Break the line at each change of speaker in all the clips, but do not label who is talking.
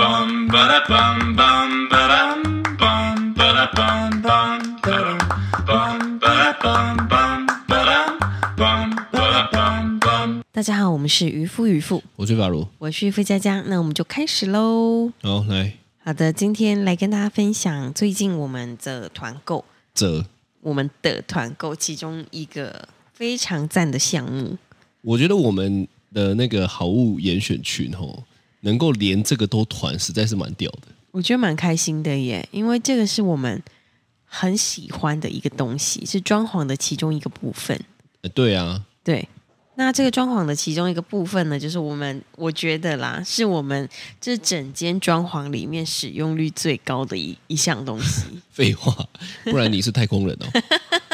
bum ba da bum bum ba dum bum ba da bum bum ba dum bum ba da bum bum ba dum bum ba da bum bum.
大家好，我们是渔夫渔妇，
我是法如。
我是渔夫佳佳，那我们就开始喽。
好，来
好的，今天来跟大家分享最近我们的团购，
这，
我们的团购其中一个非常赞的项目，
我觉得我们的那个好物严选群哦，能够连这个都团，实在是蛮屌的。
我觉得蛮开心的耶，因为这个是我们很喜欢的一个东西，是装潢的其中一个部分。
呃对啊，
对，那这个装潢的其中一个部分呢，就是我们我觉得啦，是我们这整间装潢里面使用率最高的一一项东西，
废话，不然你是太空人 哦，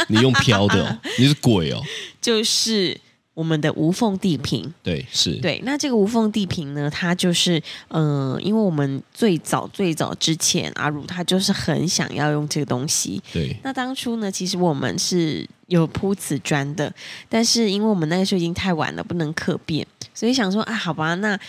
你用飘的 哦，你是鬼哦。
就是我们的无缝地坪。
对，是，
对，那这个无缝地坪呢，它就是，呃，因为我们最早最早之前，阿如他就是很想要用这个东西，
对
那当初呢，其实我们是有铺瓷砖的，但是因为我们那个时候已经太晚了，不能可变，所以想说啊，好吧，那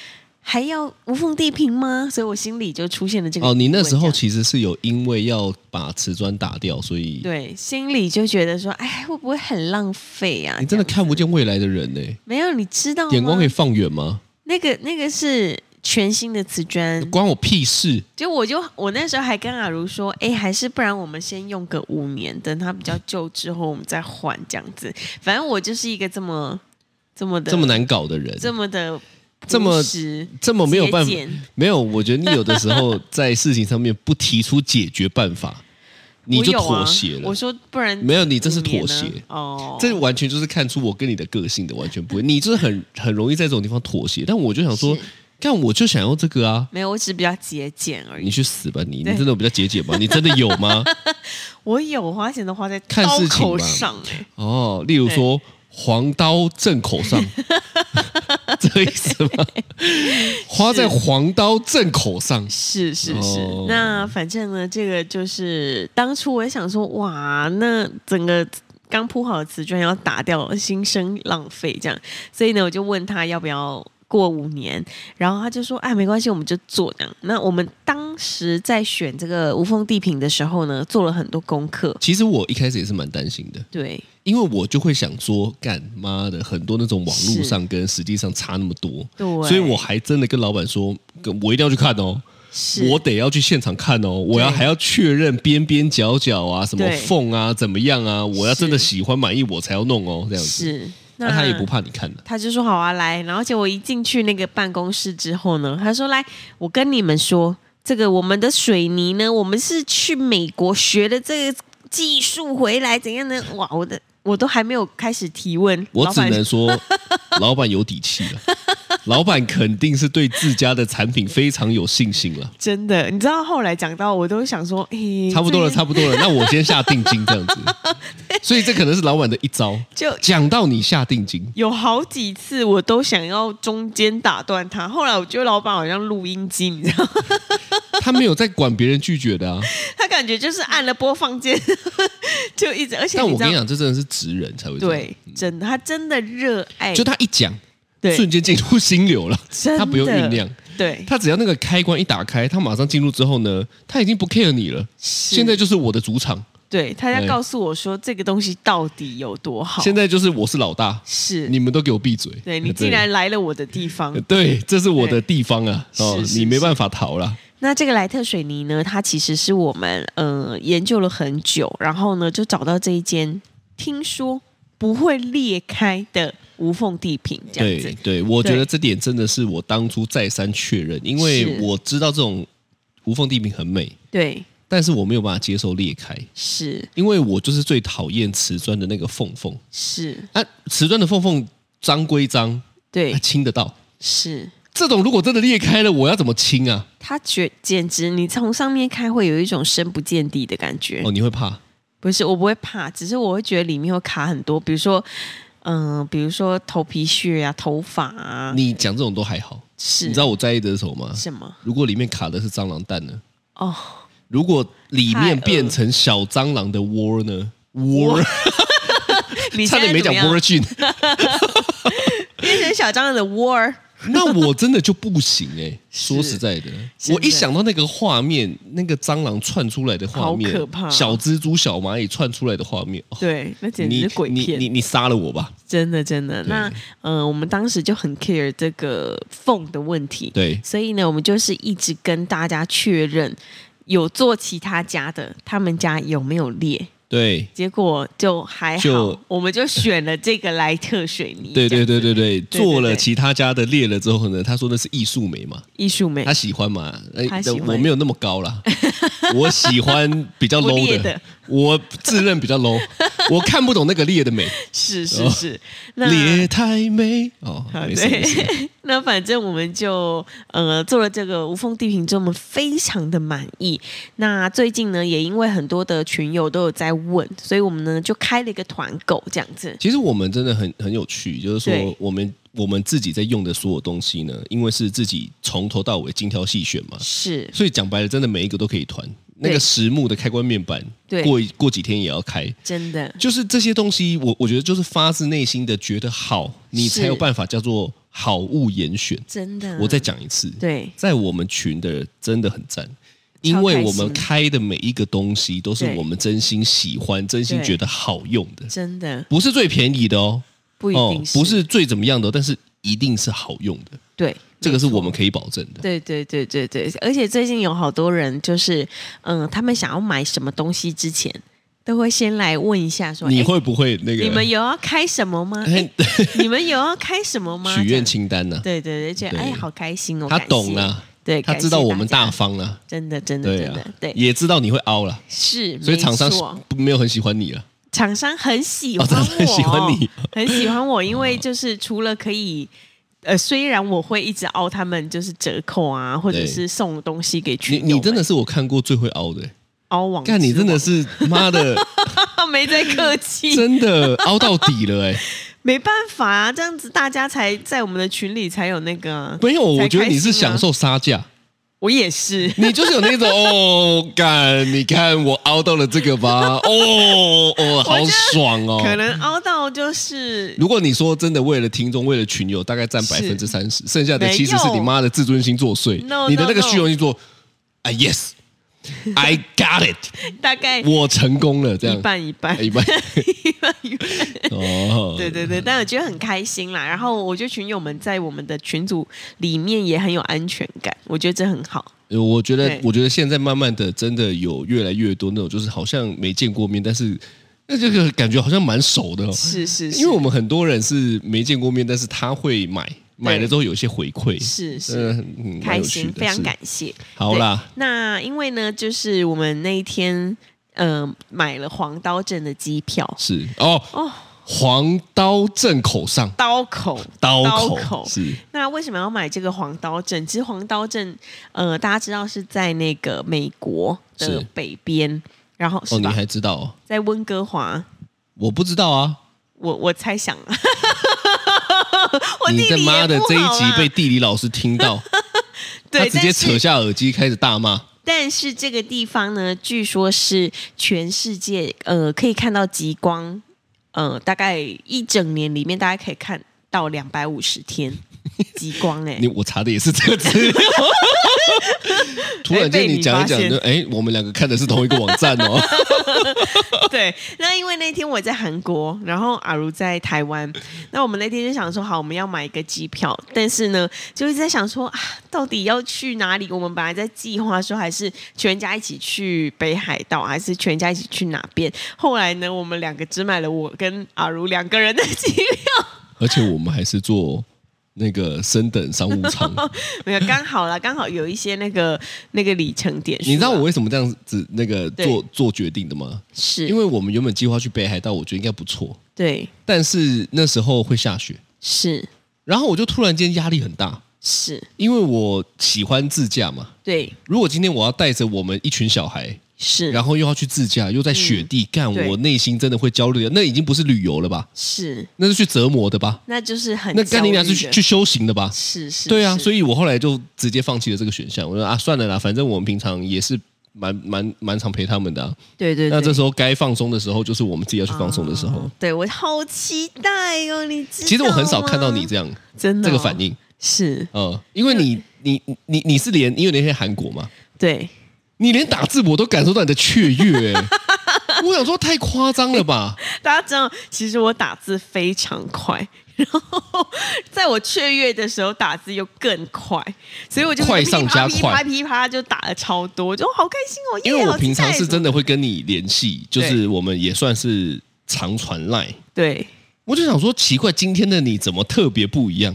还要无缝地平吗？所以我心里就出现了这个
哦，你那时候
疑问这样
其实是有因为要把瓷砖打掉，所以
对心里就觉得说，哎，会不会很浪费啊？
你真的
这样
看不见未来的人呢、
没有？你知道吗
眼光可以放远吗？
那个那个是全新的瓷砖，
关我屁事！
就我就我那时候还跟阿如说，哎，还是不然我们先用个五年，等它比较旧之后我们再换这样子。反正我就是一个这么这么的
这么难搞的人，
这么的
这么
朴实
这么没有办法
节，俭
没有，我觉得你有的时候在事情上面不提出解决 办法，你就
我有啊
妥协了。
我说不然
没有，你这是
五年
妥
呢
协。
哦，
这完全就是看出我跟你的个性的完全不会，你就是很很容易在这种地方妥协。但我就想说
是，
干我就想要这个啊！
没有，我只是比较节俭而
你
已。
去死吧你！你
对
真的有比较节 俭吗？你真的有吗？
我有花钱都花在
看
刀
事情
口
吧
上、欸，
哦，例如说黄刀正口 上，这意思吗？花在黄刀正口上，
是是是。
哦
那反正呢，这个就是当初我也想说，哇，那整个。刚铺好的瓷砖要打掉，心生浪费这样，所以呢，我就问他要不要过五年，然后他就说：“哎，没关系，我们就做这样。”那我们当时在选这个无缝地坪的时候呢，做了很多功课，
其实我一开始也是蛮担心的，
对，
因为我就会想说，干妈的很多那种网络上跟实际上差那么多，
对，
所以我还真的跟老板说，跟我一定要去看哦，
是
我得要去现场看哦，我要还要确认边边角角啊，什么
对
缝啊，怎么样啊，我要真的喜欢满意我才要弄哦，这样子。
是，
那他也不怕你看的、
他就说好啊，来。然后结果一进去那个办公室之后呢，他说来，我跟你们说，这个我们的水泥呢，我们是去美国学的这个技术回来，怎样呢？哇，我的我都还没有开始提问，
我
老
只
板
能说，老板有底气了，老板肯定是对自家的产品非常有信心了。
真的，你知道后来讲到我都想说，嘿，
差不多了，
这
差不多了，那我先下定金 这样子。所以这可能是老板的一招，
就
讲到你下定 金，
有好几次我都想要中间打断他，后来我觉得老板好像录音机，你知道吗，
他没有在管别人拒绝 的啊。
他感觉就是按了播放键， 就一直，而且
但
你
我
知道
跟你。讲，这真的是直人才会这样
对，真的，他真的热爱，
就他一讲，
哎对
瞬间进入心流了
真，的
他不用酝酿，
对，
他只要那个开关一打开，他马上进入之后呢，他已经不 care 你了。
现
现在就是我的主场，
对他在
对
告诉我说这个东西到底有多好，
现在就是我是老大，
是
你们都给我闭嘴。
对你竟然来了我的地方
对。对，这是我的地方啊，哦
是，是
你没办法逃了。
那这个莱特水泥呢，它其实是我们呃研究了很久，然后呢就找到这一间，听说不会裂开的无缝地坪这样
对
子。
对，我觉
对
得这点真的是我当初再三确认，因为
是
我知道这种无缝地平很美，
对，
但是我没有办法接受裂开，
是
因为我就是最讨厌瓷砖的那个缝缝。
是，
啊，瓷砖的缝缝脏归脏，它
对
清得到。
是。
这种如果真的裂开了，我要怎么清啊？
它觉简直，你从上面看会有一种深不见底的感觉。
哦，你会怕？
不是，我不会怕，只是我会觉得里面会卡很多，比如说，嗯、比如说头皮屑啊、头发啊，
你讲这种都还好，
是
你知道我在意的是什么吗？
什么？
如果里面卡的是蟑螂蛋呢？
哦，
如果里面
太恶
变成小蟑螂的窝呢？窝，
你
差
现在
点没讲
怎么样
virgin。
变成小蟑螂的窝儿，
那我真的就不行哎、说
是
实在的，
真
我一
的
想到那个画面，那个蟑螂窜出来的画面，
好可怕啊
小蜘蛛、小蚂蚁窜出来的画面，哦
对，那简直
你
是鬼
你
片
你，你杀了我吧？
真的真的。
对
那嗯、呃我们当时就很 care 这个缝的问题，
对
所以呢，我们就是一直跟大家确认，有做其他家的，他们家有没有裂。
对
结果就还好，
就
我们就选了这个莱特水泥，
对对
这
对
样子
对对，
对
做了
对
其他家的裂了之后呢，他说那是艺术美嘛，
艺术美
他，喜欢嘛？哎
他喜欢
我没有那么高啦，我喜欢 比较
不
low
裂
的，
的
我自认比 较 low，我看不懂那个裂的美，
是
哦
是是， 那
裂太美哦，
好
没事没事，
对，那反正我们就呃做了这个无缝地平之后，我们非常的满意。那最近呢，也因为很多的群友都有在问，所以我们呢就开了一个团购这样子。
其实我们真的很很有趣，就是说
对
我们我们自己在用的所有东西呢，因为是自己从头到尾精挑细选嘛，
是
所以讲白了，真的每一个都可以团。那个实木的开关面板，
对
过一过几天也要开。
真的，
就是这些东西，我我觉得就是发自内心的觉得好，你
是
才有办法叫做好物严选。
真的。
我再讲一次，
对
在我们群的人真的很赞，因为我
超
们
开心
开的每一个东西都是
对
我们真心喜欢、真心
对
觉得好用的，
真的
不是最便宜的哦，
不一定是、
不是最怎么样的，但是一定是好用的，
对，
这个是
没错
我们可以保证的。
对对对对对，而且最近有好多人就是，嗯、他们想要买什么东西之前，都会先来问一下说，
你
诶
会不会那个？
哎你们有要开什么吗？诶
哎
你们有要开什么吗？
许
这样
愿清单呢？
对对对，觉得
对
哎，好开心哦！
他
感谢
懂了，
对，
他
感
知道
谢
我们大
家，
方了，
真的真的
对
真
啊
的，对，
也知道你会凹了，
是，
所以厂商
没错
不没有很喜欢你了。
厂商很喜
哦
欢
厂
我，
商喜欢你，
很喜欢我，因为就是除了可以。呃，虽然我会一直凹他们，就是折扣啊，或者
对
是送东西给
你
群友
你真的
们
是我看过最会凹的、欸，
凹网之王，
看你真的是妈的，
没在客气，
真的凹到底 了哎、欸！
没办法啊，这样子大家才在我们的群里才有那个啊。
没有，
才
我觉得
开
你是
心啊
享，受杀价，
我也是，
你就是有那种哦，干，你看我凹到了这个吧，哦哦，好爽哦！
可能凹到就是
如果你说真的为了听众、为了群友，大概占百分之三十，剩下的其实是你妈的自尊心作祟，
No,
你的那个
no, no.
虚荣心作，啊，yes，I got it，
大概
我成功了，这样
一半一半，
一半
一半一半。
哦，
对对对，但我觉得很开心啦。然后我觉得群友们在我们的群组里面也很有安全感，我觉得这很好。
呃我觉得
对，
我觉得现在慢慢的，真的有越来越多那种，就是好像没见过面，但是那这个感觉好像蛮熟的、哦，
是是是，
因为我们很多人是没见过面，但是他会买，买了之后有一些回馈，
是是
呃嗯，蛮
开
有趣
心，
的
非常
是
感谢。
好啦，
对那因为呢，就是我们那一天呃买了黄刀镇的机票
是哦，
哦，
黄刀镇口上，
刀口。
刀口
刀口
是
那为什么要买这个黄刀镇？其实黄刀镇，呃，大家知道是在那个美国的
是
北边，然后
哦，
是
你
吧？
还知道哦？
在温哥华，
我不知道啊，
我我猜想， 我
你
地
的
理
妈
也
的
不
这一
好
集
啦
被地理老师听 到，他
对，
直接扯
但是。
下耳机开始大骂。
但是这个地方呢，据说是全世界呃可以看到极光，呃，大概一整年里面大家可以看到两百五十天极光哎、
你我查的也是这 个资料。突然间你讲一
哎
讲，
被你
就
发
哎，我们两个看的是同一个网站 哦。
对，那因为那天我在韩国，然后阿如在台湾，那我们那天就想说，好，我们要买一个机票，但是呢，就一直在想说啊，到底要去哪里？我们本来在计划说，还是全家一起去北海道，还是全家一起去哪边？后来呢，我们两个只买了我跟阿如两个人的机票，
而且我们还是做那个升等商务 舱。
没有，刚好啦，刚好有一些那个那个里程点数啊，
你知道我为什么这样子那个
对
做做决定的吗？
是
因为我们原本计划去北海道，我觉得应该不错，
对
但是那时候会下雪，
是
然后我就突然间压力很大，
是，
因为我喜欢自驾嘛。
对
如果今天我要带着我们一群小孩，
是，
然
后
后又要去自驾，又在雪地、干，
嗯对
我内心真的会焦虑的。那已经不是旅游了吧？
是，
那是去折磨的吧？
那就是很
那干你俩是
焦虑
去
的
去修行的吧？
是是，
对啊，
是
所以我后来就直接放弃了这个选项。我说啊，算了啦，反正我们平常也是蛮蛮蛮常陪他们的、啊。
对对对，
那这时候该放松的时候，就是我们自己要去放松的时候。
对我好期待哦！你知道
其实我很少看到你
吗
这样
真的
这
哦
个反应，
是
呃，因为你你你你你是连因为那天韩国嘛，
对，
你连打字我都感受到你的雀跃、欸 我想说太夸张了吧？
大家知道，其实我打字非常快， 然后在我雀跃的时候打字又更快，所以我就
快上加快
噼啪噼啪就打了超多，我就哦好开心哦！
因为
耶
我
好期
平常
待
是真的会跟你联系，就
对
是我们也算是常传赖。
对
我就想说，奇怪，今天的你怎么特别不一样？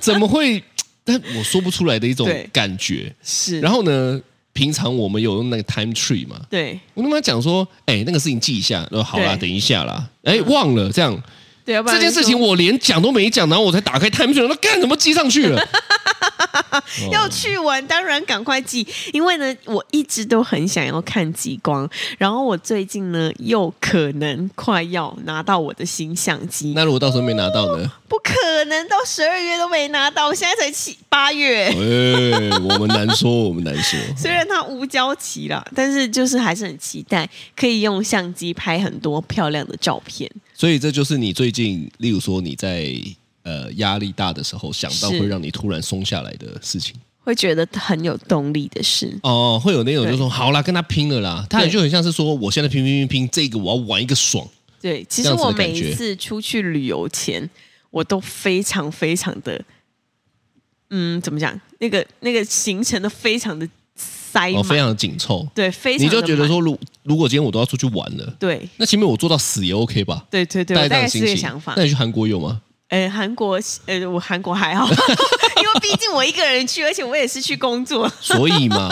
怎么会？但我说不出来的一种
对
感觉。
是，
然
后
后呢，平常我们有用那个 time tree 嘛，
对
我跟他讲说，哎、那个事情记一下，呃，好啦，
对
等一下啦，哎、忘了这样，
对，要不然
这件
就
事情我连讲都没讲，然后我才打开 time tree，那干什么记 上去了？哦
要去玩，当然赶快寄，因为呢，我一直都很想要看极光，然后我最近呢又可能快要拿到我的新相机，
那如果到时候没拿到 呢？
不可能到十二月都没拿到，我现在才七八月。
哎、我们难说，我们难说。
虽然它无胶漆啦，但是就是还是很期待可以用相机拍很多漂亮的照片。
所以这就是你最近，例如说你在呃压力大的时候，想到
是
会让你突然松下来的事情。
会觉得很有动力的事，
哦，会有那种
对
就说好啦，跟他拼了啦，他也
对
就很像是说，我现在拼拼拼拼，这个我要玩一个爽。
对。其实
这样子
我
的感
每
觉
一次出去旅游前，我都非常非常的，嗯，怎么讲？那个那个行程都非常的塞满，
哦，非常紧凑，
对，哎非常
你
地
就觉得
满
说，如如果今天我都要出去玩了，
对
那前面我做到死也 OK 吧？
对对对，
大
我
概这
大概
样的
是
心
这个
情。
想法
那。你去韩国有吗？
呃，韩国，呃，我韩国还 好， 因为毕竟我一个人去，而且我也是去工作。
所以嘛，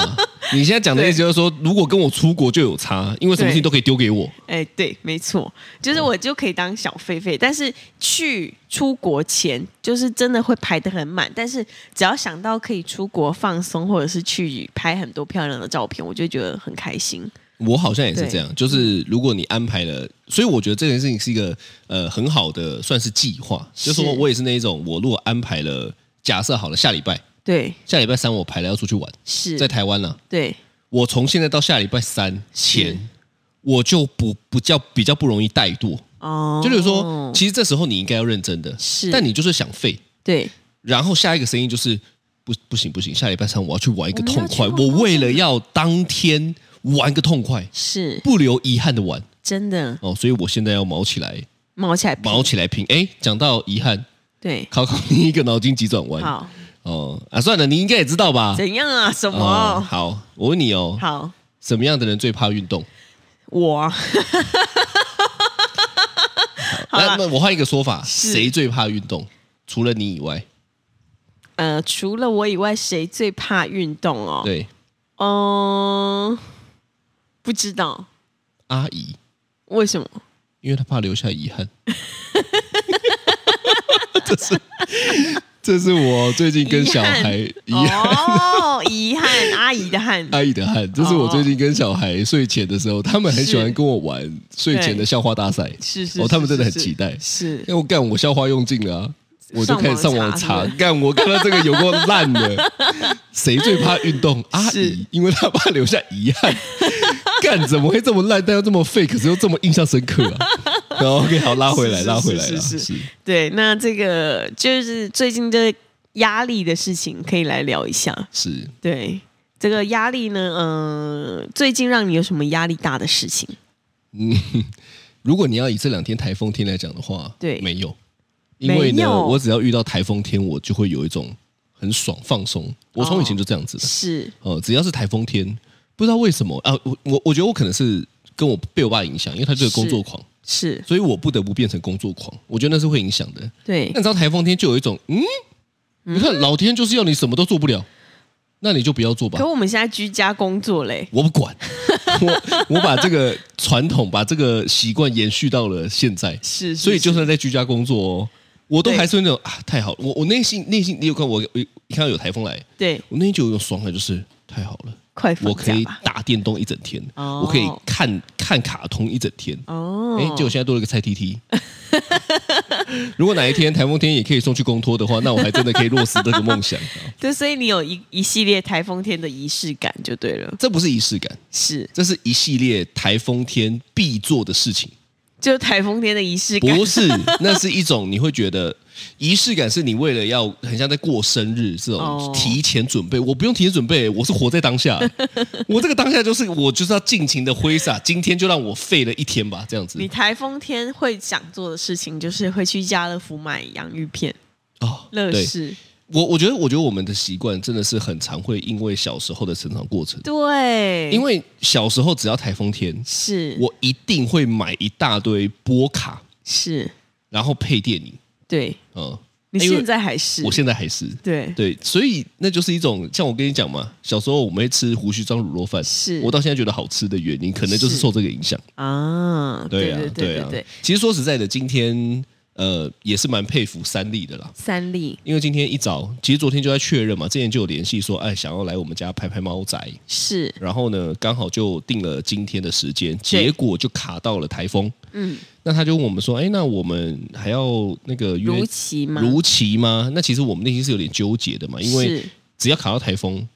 你现在讲的
对
意思就是说，如果跟我出国就有差，因为什么事
对
情都可以丢给我。
哎，对，没错，就是
嗯
我就可以当小狒狒，但是去出国前，就是真的会排得很满。但是只要想到可以出国放松，或者是去拍很多漂亮的照片，我就觉得很开心。
我好像也是
对嗯
这样，就是如果你安排了，所以我觉得这件事情是一个呃很好的算是计划，就是说
是
我也是那一种，我如果安排了，假设好了下礼拜，
对，
下礼拜三我排了要出去玩，
是
在，台湾呢、
对，
我从现在到下礼拜三
是
前，我就不不叫比较不容易怠惰。
哦，
就比如说，其实这时候你应该要认真的，
是
但你就是想废。
对，
然后下一个声音就是不不行不行，下礼拜三我要去玩一个
我们
痛
要
快，
去玩
我为了要当天玩一个痛快，
是
不留遗憾的玩
真的
哦，所以我现在要毛起来，
毛起来拼，
毛起来拼。哎，讲到遗憾，
对，
考考你一个脑筋急转弯
好，
哦啊，算了，你应该也知道吧？
怎样啊？什
哦，
么？
好，我问你哦，
好，
什么样的人最怕运动？
我啊好
那
啦
那我换一个说法，
是
谁最怕运动？除了你以外，
呃，除了我以外，谁最怕运动哦？
对
嗯，不知道
阿姨，
为什么。
因为她怕留下 遗憾。这是这是我最近跟小孩 遗憾
哦，遗憾， 阿姨的 憾，
阿姨的汗，这
哦
是我最近跟小孩睡前的时候，他们很喜欢跟我玩睡前的校花大赛，
是是
哦，
是
他们真的很
是
期待。哎
是
因为我干我校花用尽了、啊，我就开始上
上
网
网
查
查，
干我看到这个有过烂的， 谁最怕运动？阿姨
是，
因为她怕留下遗 憾。干怎么会这么烂，但又这么废，可是又这么印象深刻 啊？然后 OK，好拉回来，
是是
拉回来
是
了，
是
是
对。那这个就是最近的压力的事情，可以来聊一下。
是。
对，这个压力呢，嗯、最近让你有什么压力大的事情？
如果你要以这两天台风天来讲的话，
对
没有，因为呢，
没有
我只要遇到台风天，我就会有一种很爽放松。我从以前就这样子的，
是
呃，只要是台风天，不知道为什么啊，我我我觉得我可能是跟我被我爸影响，因为他就是
是
工作狂，
是，
所以我不得不变成工作狂。我觉得那是会影响的。
对
那你知道台风天就有一种，嗯，你看老天就是要你什么都做不了，那你就不要做吧
可。我们现在居家工作嘞，
我不管，我我把这个传统，把这个习惯延续到了现在。
是，
所以就是算在居家工作哦，我都
对
还是会那种啊，太好了！我我内心内心，你有看我我一看到有台风来，
对，
我内心就有一种爽感，就是太好了，
快放
我可
假
以
吧。
打电动一整天，
哦
我可以看看卡通一整天。
哦，
哎、结果现在多了个蔡 T T。如果哪一天台风天也可以送去公托的话，那我还真的可以落实这个梦想。
对，所以你有一一系列台风天的仪式感就对了，
这不是仪式感，
是
这是一系列台风天必做的事情。
就台风天的仪式感。
不是， 那是一种你会觉得仪式感，是你为了要很像在过生日这
哦
种提前准备。我不用提前准备，我是活在 当下。我这个当下就是我就是要尽情的挥洒，今天就让我废了一天吧，这样子
你台风天会想做的事情，就是会去家乐福买洋芋片、
哦。
乐
对，
事。
我我觉得我觉得我们的习惯真的是很常会因为小时候的成长过程，
对，
因为小时候只要台风天，
是
我一定会买一大堆波卡，
是，
然后配电影。
对
嗯，
你
因为
现在还是
我现在还是
对
对，所以那就是一种像我跟你讲嘛，小时候我们会吃胡须章卤肉饭，
是
我到现在觉得好吃的原因，可能就是
是
受这个影响。
啊，
啊，
对对
啊
对，。
其实说实在的，今天呃也是蛮佩服三立的啦。
三立
因为今天一早，其实昨天就在确认嘛，之前就有联系说，哎，想要来我们家拍拍猫仔，
是
然后呢，刚好就定了今天的时间，结果就卡到了台风。
嗯，
那他就问我们说，哎，那我们还要那个约
如期吗？
如期吗？那其实我们内心是有点纠结的嘛，因为
是
只要卡到台风，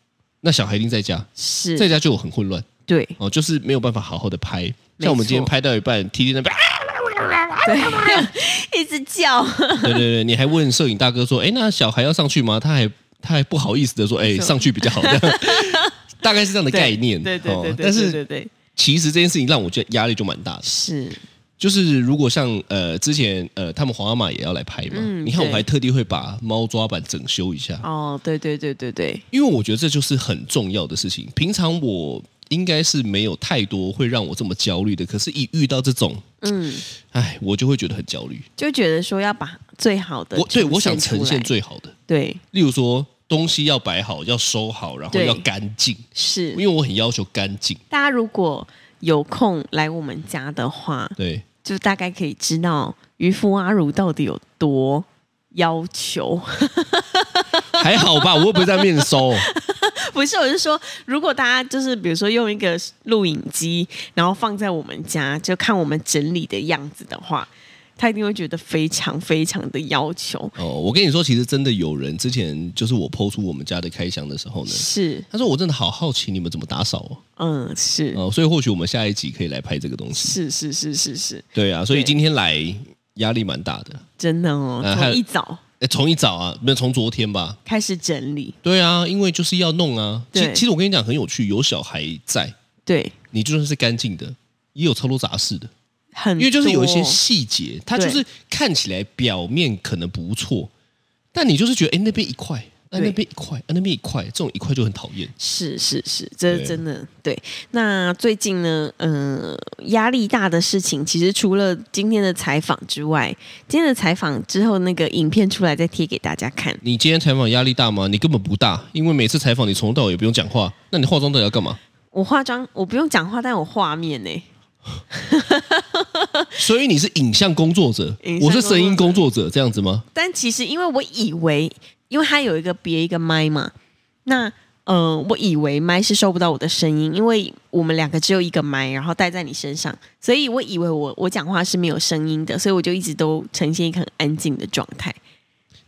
那小孩一定在家，
是
在家就很混乱
对
哦，就是没有办法好好的拍。
没
像我们今天
错
拍到一半，T T 那 边，啊
一直叫，
对对对，你还问摄影大哥说：“哎，那小孩要上去吗？”他还他还不好意思的说：“哎，
错
上去比较 好。”这样大概是这样的概念。
对对
哦
对对，对
但是
对对
其实这件事情让我觉得压力就蛮大的。
是
就是如果像呃之前呃他们皇阿玛也要来拍嘛，
嗯
你看我
对
还特地会把猫抓板整修一下，
哦，对对对对对，
因为我觉得这就是很重要的事情。平常我应该是没有太多会让我这么焦虑的，可是，一遇到这种，
嗯，
哎，我就会觉得很焦虑。
就觉得说要把最好的
我对我
出
想呈现
来
最好的，
对
例如说东西要摆好，要收好，然后
对
要干净，
是
因为我很要求干净。
大家如果有空来我们家的话，
对，
就大概可以知道渔夫阿如到底有多要求。
还好吧，我又不是在面收，
不是，我是说，如果大家就是比如说用一个录影机，然后放在我们家，就看我们整理的样子的话，他一定会觉得非常非常的要求。
哦，我跟你说，其实真的有人之前就是我剖出我们家的开箱的时候呢，
是，
他说我真的好好奇你们怎么打扫哦，
嗯，是，
哦，所以或许我们下一集可以来拍这个东西。
是，是，是，是，是，
对啊，所以
对
今天来压力蛮大的。
真的哦，
呃还
从
有
一早
诶从一早啊，没有从昨天吧？
开始整理，
对啊，因为就是要弄啊。其
对
其实我跟你讲很有趣，有小孩在，
对，
你就算是干净的，也有超多杂事的，
很
因为就是有一些
嗯多
细节，它
对
就是看起来表面可能不错，但你就是觉得哎那边一块，啊
对
那边一块，啊那边一块，这种一块就很讨厌。
是是是，这
对
是真的对。那最近呢，嗯、压力大的事情，其实除了今天的采访之外，今天的采访之后，那个影片出来再贴给大家看。
你今天采访压力大吗？你根本不大，因为每次采访你从头到尾也不用讲话，那你化妆到底要干嘛？
我化妆，我不用讲话，但有画面呢、
所以你是影像工作者
影像，
我是声音工作者，这样子吗？
但其实因为我以为，因为它有一个别一个麦嘛，那呃，我以为麦是收不到我的声音，因为我们两个只有一个麦，然后戴在你身上，所以我以为我我讲话是没有声音的，所以我就一直都呈现一个很安静的状态。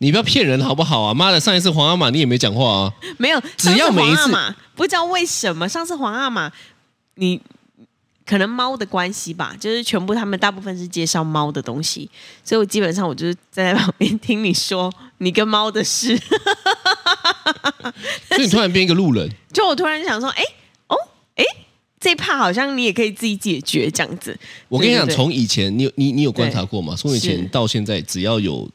你不要骗人好不好啊！妈的，上一次皇阿玛你也没讲话啊！
没有，
只要
上
每一
次
次
皇阿玛，不知道为什么上次皇阿玛，你可能猫的关系吧，就是全部他们大部分是介绍猫的东西，所以我基本上我就是站在旁边听你说你跟猫的事，
所以你突然变一个路人，
就我突然想说，哎、哦，哎、这一趴好像你也可以自己解决这样子，
我跟你讲，
对对对
从以前你有你你有观察过吗？从以
是
前到现在，只要有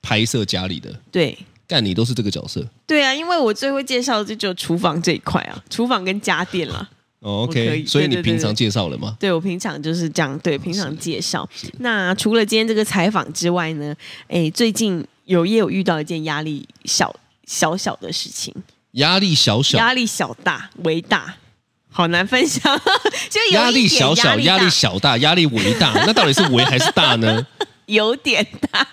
拍摄家里的，
对。
干你都是这个角色。
对啊，因为我最会介绍的就只有厨房这一块啊，厨房跟家电啦。
哦
我可
，OK，
以
所以
对
你
对对
平常
对
介绍了吗？
对我平常就是这样，
哦
对平常介绍。那除了今天这个采访之外呢，哎，最近有也有遇到一件压力小小小的事情，
压力小小，
压力小大为大，好难分享， 就有一点
压力小小，
压
压
力
力
大
小大，压力为大，那到底是为还是大 呢？
有点大，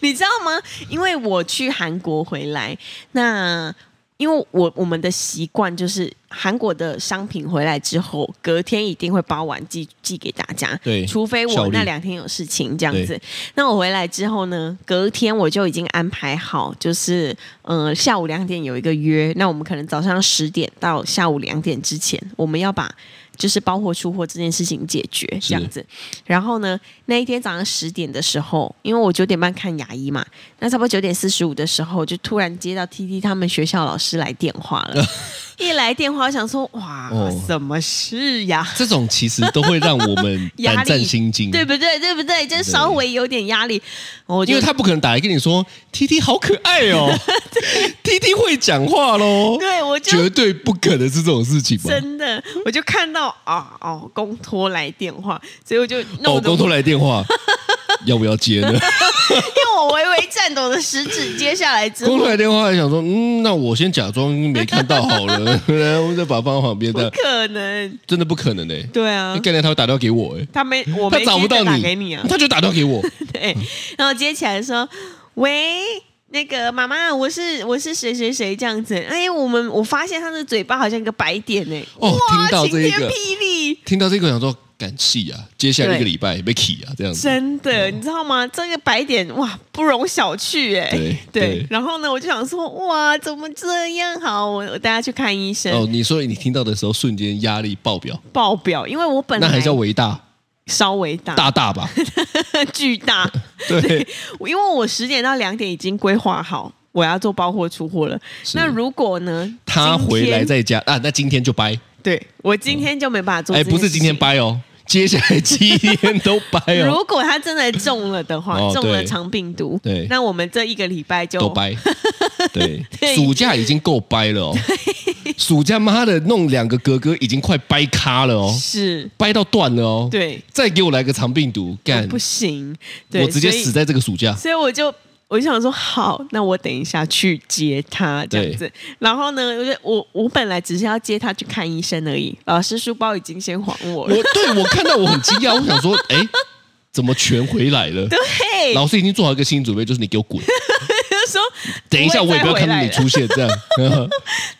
你知道吗？因为我去韩国回来，那因为我我们的习惯就是韩国的商品回来之后，隔天一定会包完寄寄给大家。
对
除非
效
我
率
那两天有事情这样子。那我回来之后呢，隔天我就已经安排好，就是呃下午两点有一个约，那我们可能早上十点到下午两点之前，我们要把就是包货出货这件事情解决
是
这样子。然后呢，那一天早上十点的时候，因为我九点半看牙医嘛，那差不多九点四十五的时候，就突然接到 T T 他们学校老师来电话 了。一来电话，我想说哇，
哦
什么事呀？
这种其实都会让我们
压力
胆战心惊，
对不对？对不对？就是稍微有点压力，我就
因为他不可能打来跟你说，T T 好可爱哦 ，T T 会讲话喽，
对我就
绝对不可能是这种事情吧？
真的，我就看到啊哦，公托来电话，所以我就弄
哦，
得
公
我，
通来电话，要不要接 呢？
因为我微微颤抖的食指接下来之
公
后
通。来电话还想说，嗯，那我先假装没看到好了， 然后再把它放到旁边
不
的，
可能，
真的不可能哎、
对啊
欸，，概念他会打电话给我哎、
他没，我
他
没
找
接
不到
着
你，
打给你啊，
他就打电话给我，
对，然后接起来说，喂。那个妈妈，我是我是谁谁谁这样子，哎，我们我发现他的嘴巴好像一个白点哎、
哦
哇，
听到这一
晴
个
天霹雳，
听到这个我想说，感谢啊，接下来一个
对
礼拜被 k 啊，这样子，
真的，你知道吗？这个白点哇，不容小觑哎、
对对
然后呢，我就想说，哇，怎么这样？好，我我带他去看医生、
哦，你说你听到的时候，瞬间压力爆表，
爆表，因为我本
那
来
还叫伟大
稍微大
大大吧？
巨大，
对，
我因为我十点到两点已经规划好我要做包货出货了。
是
那如果呢，
他
今
回
天
来在家啊，那今天就掰，
对我今天就没办法做，
哎，不是今天。掰哦，接下来七天都掰 哦，
如果他真的中了的话，
哦
中了
对
肠病毒，
对
那我们这一个礼拜就
都 掰。对，
对
暑假已经够掰了哦，暑假妈的弄两个格格已经快掰咖了哦，
是，
掰到断了哦，，
对，
再给我来个肠病毒，干，
不行，对，
我直接
所以
死在这个暑假。
所以我就我就想说，好，那我等一下去接他这样子。然后呢，我就我我本来只是要接他去看医生而已，老师书包已经先还我
我
了。
对我看到我很惊讶，我想说，哎，怎么全回来了？
对，
老师已经做好一个心理准备，就是你给我滚，
就说
等一下我也不要看到你
出。
出现这样。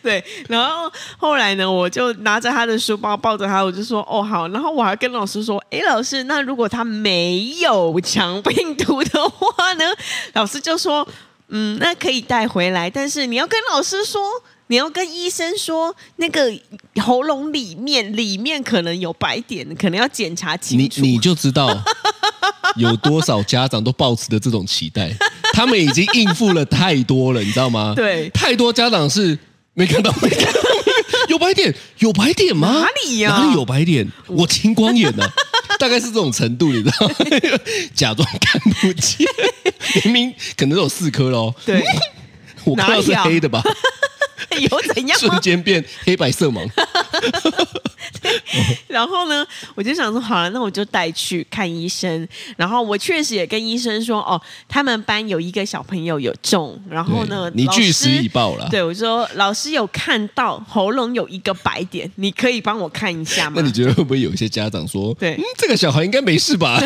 对，然后后来呢，我就拿着他的书包抱着他，我就说哦好，然后我还跟老师说，诶，老师，那如果他没有强病毒的话呢？老师就说，嗯，那可以带回来，但是你要跟老师说。你要跟医生说，那个喉咙里面里面可能有白点，可能要检查清
你
楚。
你就知道有多少家长都抱持着这种期待，他们已经应付了太多了，你知道 吗？
对
太多家长是没看到，没看到，有白点，有白点吗？
哪里呀
哪里有白点？我青光 眼呢、大概是这种程度，你知道吗？假装看不 见，明明可能都有四颗喽。
对，
我看到是
哪里啊
黑的吧，
有怎样吗
瞬？间变黑白色盲。
然后呢，我就想说，好了，那我就带去看医生。然后我确实也跟医生说，哦，他们班有一个小朋友有中，然后呢，
对你
老
据实
师
以报啦
对，我说老师有看到喉咙有一个白点，你可以帮我看一下吗
那？你觉得会不会有一些家长说，
对
嗯，这个小孩应该没事 吧？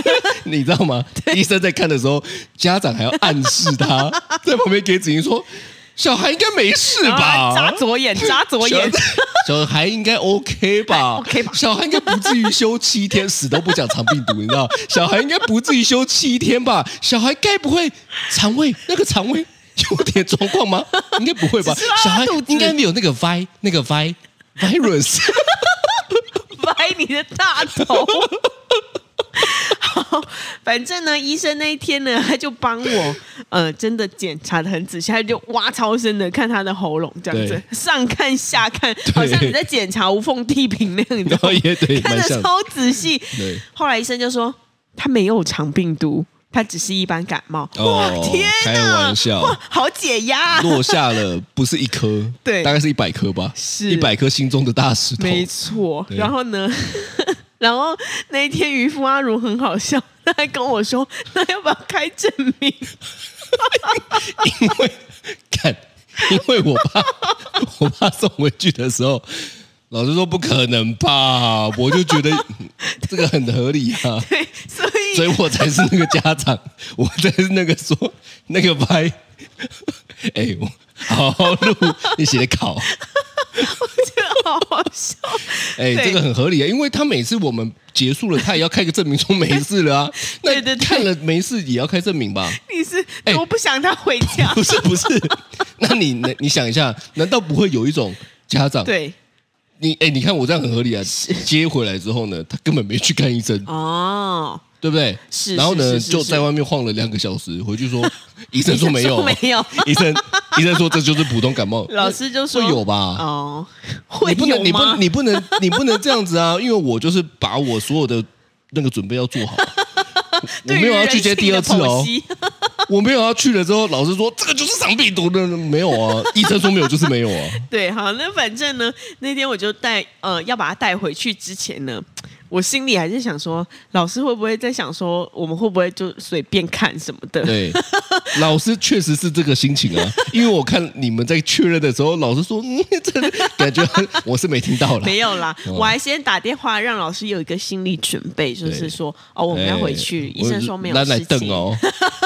你知道吗？医生在看的时候，家长还要暗示他，在旁边给子英说，小孩应该没事
然后他
吧
眨？左 眼，眨左眼，
小，小孩应该 OK 吧
OK 吧
小孩应该不至于休七天，死都不讲肠病毒，你知道？小孩应该不至于休七天吧？小孩该不会肠胃那个肠胃有点状况吗？应该不会吧
只是拉？拉
小孩
肚子
应该没有那个 vi 那个 vi virus。
拍你的大头。 好，反正呢，医生那一天呢，他就帮我，呃，真的检查的很仔细，他就挖超深的看他的喉咙，这样子上看下看，好像你在检查无缝地平那样，你知 道
然后
吗？
哦也对，
看
蛮像
的
的。
超仔细
对。
后来医生就说他没有肠病毒，他只是一般感冒。
哦
哇，天
开
哪！
玩笑
哇，好解压啊、
落下了不是一颗，
对
大概是一百颗吧，
是
一百颗心中的大石头。
没错。
对
然后呢， 然后那一天渔夫阿如很好笑， 他还跟我说，那要不要开证明？
因为看，因为我爸， 我爸送回去的时候，老师说不可能吧，我 就觉得嗯这个很合理啊，
对，所
所以
以
我才是那个家长， 我才是那个说那个拍， 哎、我好好录，你写的考，
我觉得好好笑。
哎、
对
这个很合理啊，因为他每次我们结束了，他也要开个证明说没事了啊。那
对对对
看了没事也要开证明吧？
你是
哎
多不想他回家？
不是不 是，那你你你想一下，难道不会有一种家长？
对，
你哎、你看我这样很合理啊。接回来之后呢，他根本没去看医生，
哦，
对不对？
是
然后呢，
是是是
就是在外面晃了两个小时，回去 说医生说没有，
没有，
医生医生说这就是普通感冒。
老师就说
会有吧？
哦，会
你不
有
能，你不
吗？，
你不能，你不能这样子啊！因为我就是把我所有的那个准备要做 好，我
对于
没有要
人
去接
性
第
的
二次
剖
哦，
析
我没有要去了之后，老师说这个就是长病毒的，没有 啊，医生说没有就是没有啊，
对，好，那反正呢，那天我就带呃要把他带回去之前呢，我心里还是想说，老师会不会在想说，我们会不会就随便看什么的？
对，老师确实是这个心情啊，因为我看你们在确认的时候，老师说 嗯，这感觉我是没听到 了，
没有 啦，
哦
我还先打电话让老师有一个心理准备，就是
对
说哦，我们要回去，
哎
医生说没
我
有
是懒
事
得瞪
情，
哦，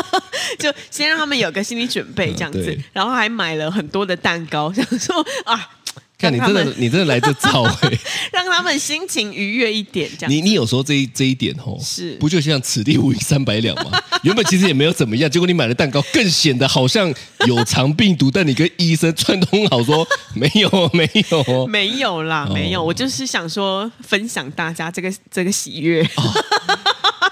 就先让他们有个心理准备这样子
嗯对，
然后还买了很多的蛋糕， 想说啊，
看你
让他
真的
们
你真的来这造哎、
让他们心情愉悦一点这样。
你你有时候这一这一点吼，
是
不就像此地无银三百两吗？原本其实也没有怎么样，结果你买了蛋糕，更显得好像有肠病毒，但你跟医生串通好说 没有没有哦，
没有啦，
哦
没有，我就是想说分享大家这个这个喜悦。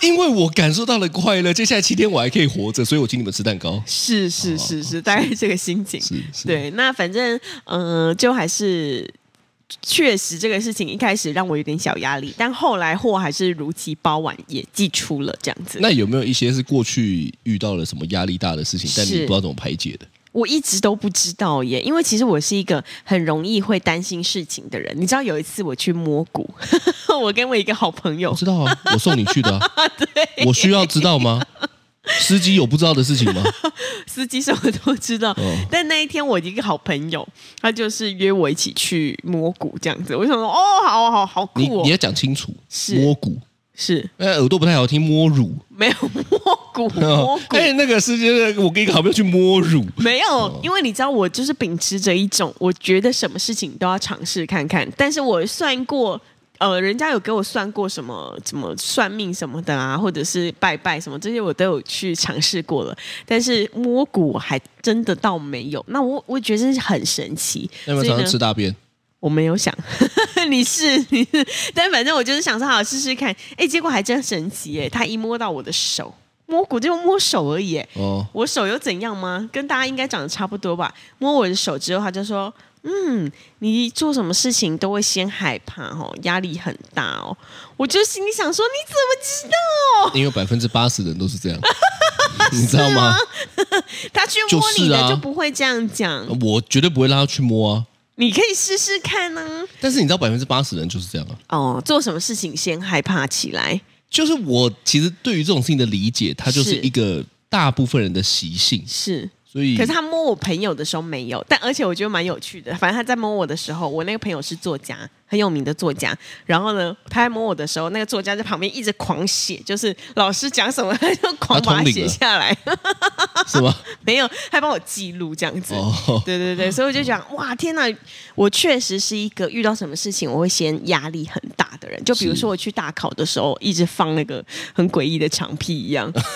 因为我感受到了快乐，接下来七天我还可以活着，所以我请你们吃蛋糕。
是是是是，大概是这个心情。
哦是是
对，那反正嗯、呃就还是确实这个事情一开始让我有点小压力，但后来货还是如期包完，也寄出了这样子。
那有没有一些是过去遇到了什么压力大的事情，但你
是
不知道怎么排解的？
我一直都不知道耶，因为其实我是一个很容易会担心事情的人。你知道有一次我去摸骨， 我跟我一个好朋友
我，知道啊，我送你去的、啊， 我需要知道吗？司机有不知道的 事情吗？
司机什么都知道。
哦
但那一天我一个好朋友，他就是约我一起去摸骨这样子。我想说，哦，好好好好
你
酷
你
哦，
要讲清楚，
是
摸骨，
是
呃，耳朵不太好听，摸乳。
没有摸 骨，摸骨。
哎、哦那个是就是我跟一个好朋友去摸乳，
没有，因为你知道，我就是秉持着一种，我觉得什么事情都要尝试看看。但是我算过，呃，人家有给我算过什么怎么算命什么的啊，或者是拜拜什么这些，我都有去尝试过了。但是摸骨还真的倒没有。那我我觉得是很神奇。
嗯那有
所
没
以
有常
呢
常吃大便？
我没有想， 你是你是，但反正我就是想说好试试看，哎，结果还真神奇哎，他一摸到我的手，摸骨就摸手而已哎，
哦，
我手有怎样吗？跟大家应该长得差不多吧。摸我的手之后，他就说：“嗯，你做什么事情都会先害怕哦，压力很大哦。”我就心里想说：“你怎么知道？
因为百分之八十的人都是这 样，你知道吗？
啊他去摸你
就是
的
啊
就不会这样讲，
我绝对不会让他去摸啊。
你可以试试看呢、
但是你知道百分之八十的人就是这样啊。
哦，做什么事情先害怕起来，
就是我其实对于这种事情的理解，它就是是一个大部分人的习性，
是。
所以
可是他摸我朋友的时候没有，但而且我觉得蛮有趣的。反正他在摸我的时候，我那个朋友是作家，很有名的作家。然后呢，他在摸我的时候，那个作家在旁边一直狂写，就是老师讲什么， 他就狂把它
他通灵
写
了
下来。
是吗？
没有，还帮我记录这样子。
哦
对对对，所以我就讲，哇，天哪！我确实是一个遇到什么事情我会先压力很大的人。就比如
是
说我去大考的时候，一直放那个很诡异的长屁一样， 就是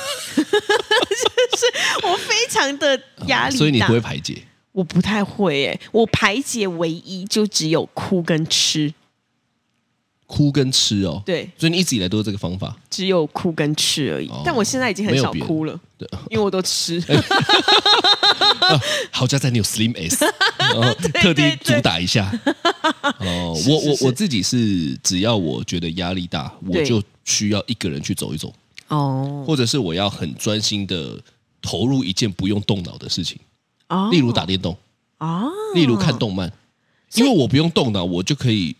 我非常的压力大。
所以你不会排解。
我不太会耶，我排解唯一就只有哭跟吃，
哭跟吃哦，
对，
所以你一直以来都是这个 方法，
只有哭跟吃而已。
哦
但我现在已经很
没有
少
别的哎
哭了，
对，
因为我都吃。
好家在你有 Slim S，然后特地主打一下。哦，我我
是
我自己是，只要我觉得压力大，我
对
就需要一个人去走一走，
哦
或者是我要很专心的投入一件不用动脑的事情，
哦
例如打电动，
哦，
例如看动漫，因为我不用动脑，我就可以。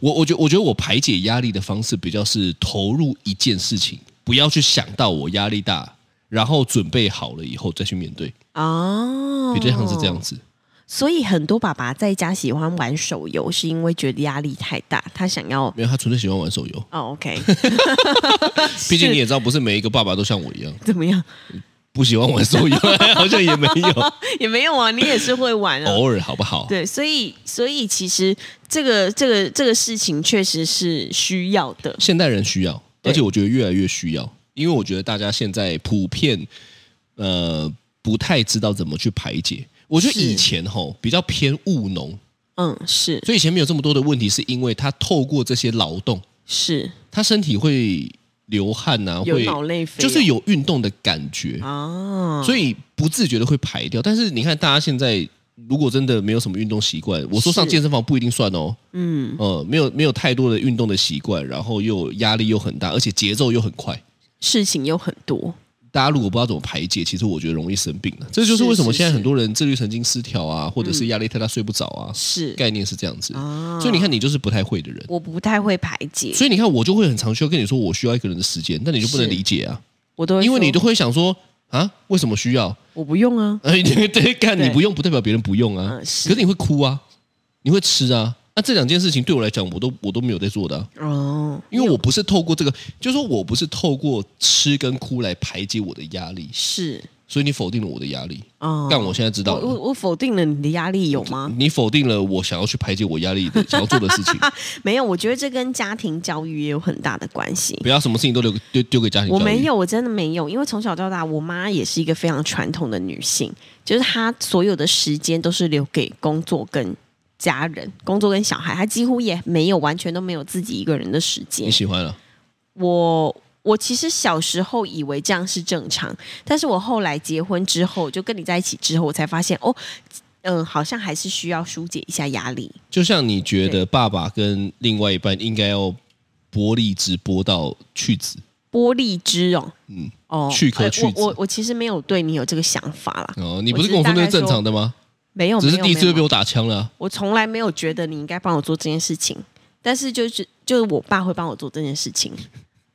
我我觉我觉得我排解压力的方式比较是投入一件事情，不要去想到我压力大，然后准备好了以后再去面对，
哦，
比较像是这样。子。
所以很多爸爸在家喜欢玩手游，是因为觉得压力太大，他想要
没有，他纯粹喜欢玩手游。
哦，OK，
毕竟你也知道，不是每一个爸爸都像我一样
怎么样？
不喜欢玩手游， 好像也没有， 哦
也没有啊，你也是会玩啊。
偶尔好不好？
对，所以所以其实这个这个这个事情确实是需要的，
现代人需要，
对
而且我觉得越来越需要，因为我觉得大家现在普遍呃不太知道怎么去排解。我觉得
是
以前吼比较偏务农，
嗯，是
所以以前没有这么多的问题，是因为他透过这些劳动，
是
他身体会流汗啊，
有
会
脑内啡哦，
就是有运动的感觉，
啊，
所以不自觉的会排掉。但是你看大家现在。如果真的没有什么运动习惯，我说上
是
健身房不一定算哦，
嗯，
呃，没有没有太多的运动的习惯，然后又压力又很大，而且节奏又很快，
事情有很多，
大家如果不知道怎么排解，其实我觉得容易生病的。啊这就是为什么
是是
现在很多人自律神经失调啊，或者是压力太大睡不着啊，
嗯是
概念是这样子。
啊，
所以你看，你就是不太会的人。
我不太会排解，
所以你看，我就会很常需要跟你说，我需要一个人的时间，但你就不能
是
理解啊，
我都会
因为
说
你都会想说啊，为什么需要？
我不用啊，
哎，对对，干你
对
不用不代表别人不用啊，
嗯
可
是
是你会哭啊，你会吃啊，那、这两件事情对我来讲，我都我都没有在做的啊、
哦，
因为我不是透过这个，就是说我不是透过吃跟哭来排解我的压力，
是
所以你否定了我的压力。
哦，
但我现在知道
我我
了，
我否定了你的压力有吗？
你否定了我想要去排解我压力的 想要做的事情，
没有，我觉得这跟家庭教育也有很大的关系。
不要什么事情都留丢丢给家庭。
我没，有，我真的没有，因为从小到大，我妈也是一个非常传统的女性，就是她所有的时间都是留给工作跟家人、工作跟小孩，她几乎也没有完全都没有自己一个人的时间
你。喜欢了、
我我其实小时候以为这样是正常，但是我后来结婚之后，就跟你在一起之后，我才发现哦，嗯，好像还是需要疏解一下压力。
就像你觉得
对
爸爸跟另外一半应该要剥离直播到去子，
玻璃枝哦，
嗯，
哦，
去壳
哎
去籽
我我我其实没有对你有这个想法啦，
哦，你不是
我只是
跟我说
大
那是
概说
正常的吗？
没有，
只是
没有
第一次
没
就
有
被我打枪了啊、
我从来没有觉得你应该帮我做这件事情，但是就是就是我爸会帮我做这件事情，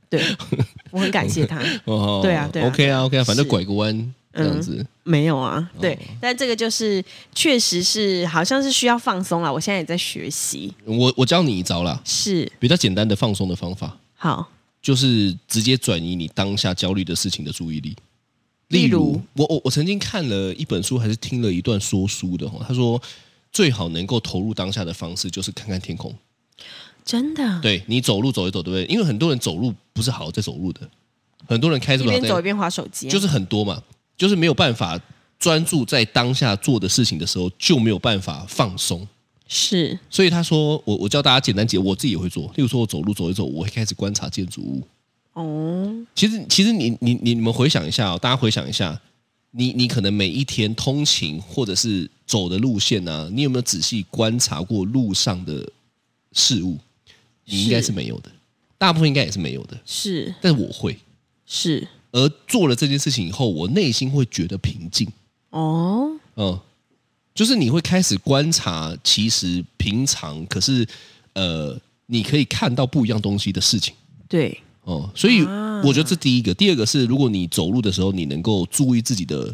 对 我很感谢他。
哦，
对啊对啊
o k 啊，OK 啊，反正
是嗯
拐个弯这样子，
没有啊，
哦
对，但这个就是确实是好像是需要放松啦。我现在也在学习，
我我教你一招啦，
是
比较简单的放松的方法，
好
就是直接转移你当下焦虑的事情的注意力。
例如
我我我曾经看了一本书，还是听了一段说书的哦，他说最好能够投入当下的方式就是看看天空。
真的，
对你走路走一走，对不对？因为很多人走路不是好好在走路的，很多人开车
一
不好
边
在
走一边划手机啊，
就是很多嘛，就是没有办法专注在当下做的事情的时候，就没有办法放松。
是
所以他说，我我教大家简单解，我自己也会做。例如说，我走路走一走，我会开始观察建筑物，
哦，
其实，其实你你你你们回想一下、哦，大家回想一下，你你可能每一天通勤或者是走的路线呢、啊，你有没有仔细观察过路上的事物？你应该
是
是没有的，大部分应该也是没有的。
是
但是我会，
是
而做了这件事情以后，我内心会觉得平静。
哦，
嗯，就是你会开始观察，其实平常可是呃，你可以看到不一样东西的事情。
对，
哦，所以
啊
我觉得这第一个，第二个是，如果你走路的时候，你能够注意自己的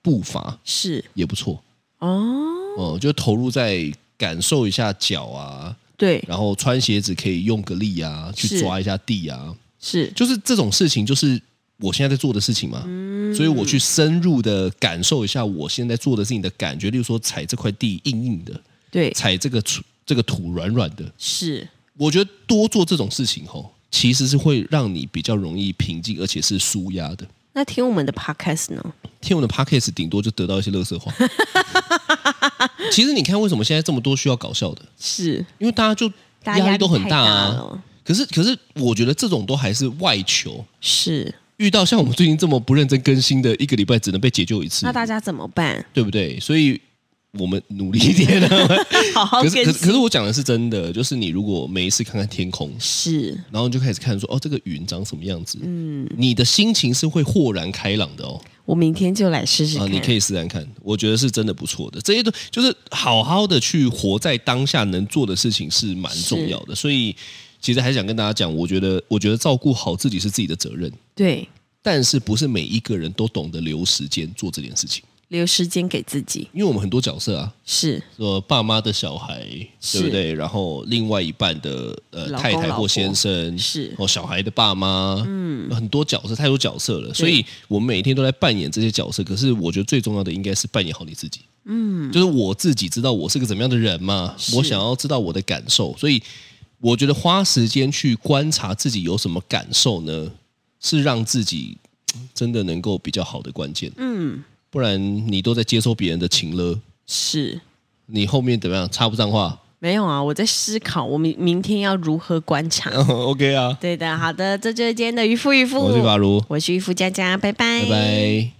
步伐，
是
也不错。
哦，
哦、就投入在感受一下脚啊，
对，
然后穿鞋子可以用个力啊，去
是
抓一下地啊，
是
就是这种事情，就是我现在在做的事情嘛。
嗯
所以我去深入的感受一下我现在做的事情的感觉，例如说踩这块地硬硬的，
对，
踩这个土这个土软软的，
是
我觉得多做这种事情吼，其实是会让你比较容易平静，而且是舒压的。
那听我们的 podcast 呢？
听我们的 podcast 顶多就得到一些 乐色话。其实你看，为什么现在这么多需要搞笑的？
是
因为大家就
大家压
力都很
太
大
大
啊。
了
可是，可是我觉得这种都还是外求。
是，
遇到像我们最近这么不认真更新的，一个礼拜只能被解救一次
那，大家怎么办？
对不对？所以我们努力一点啊。
好好
可是，
更
可是，可
新
是我讲的是真的，就是你如果每一次看看天空，
是
然后你就开始看说，哦，这个云长什么样子？嗯，你的心情是会豁然开朗的哦。
我明天就来试试
啊，
看。
你可以试试看，我觉得是真的不错的。这些都就是好好的去活在当下，能做的事情是蛮重要的。所以，其实还想跟大家讲，我觉得，我觉得照顾好自己是自己的责任，
对
但是不是每一个人都懂得留时间做这件事情，
留时间给自己
因为我们很多角色啊，
是
说爸妈的小孩，对不
是
对？然后另外一半的呃
老公
太太
老
或
婆
先生
是
哦，小孩的爸妈，嗯，很多角色，太多角色了，所以我们每天都在扮演这些角色。可是我觉得最重要的应该是扮演好你自己，嗯，就是我自己知道我是个怎么样的人嘛，我想要知道我的感受，所以我觉得花时间去观察自己有什么感受呢，是让自己嗯真的能够比较好的关键。
嗯，
不然你都在接收别人的情了，
是
你后面怎么样插不上 话、
没有啊？我在思考，我明明天要如何观察。
o k 啊，
对的，好的，这就是今天的渔夫渔夫，
我是法如，哎
我是渔夫佳佳，拜拜，
拜拜。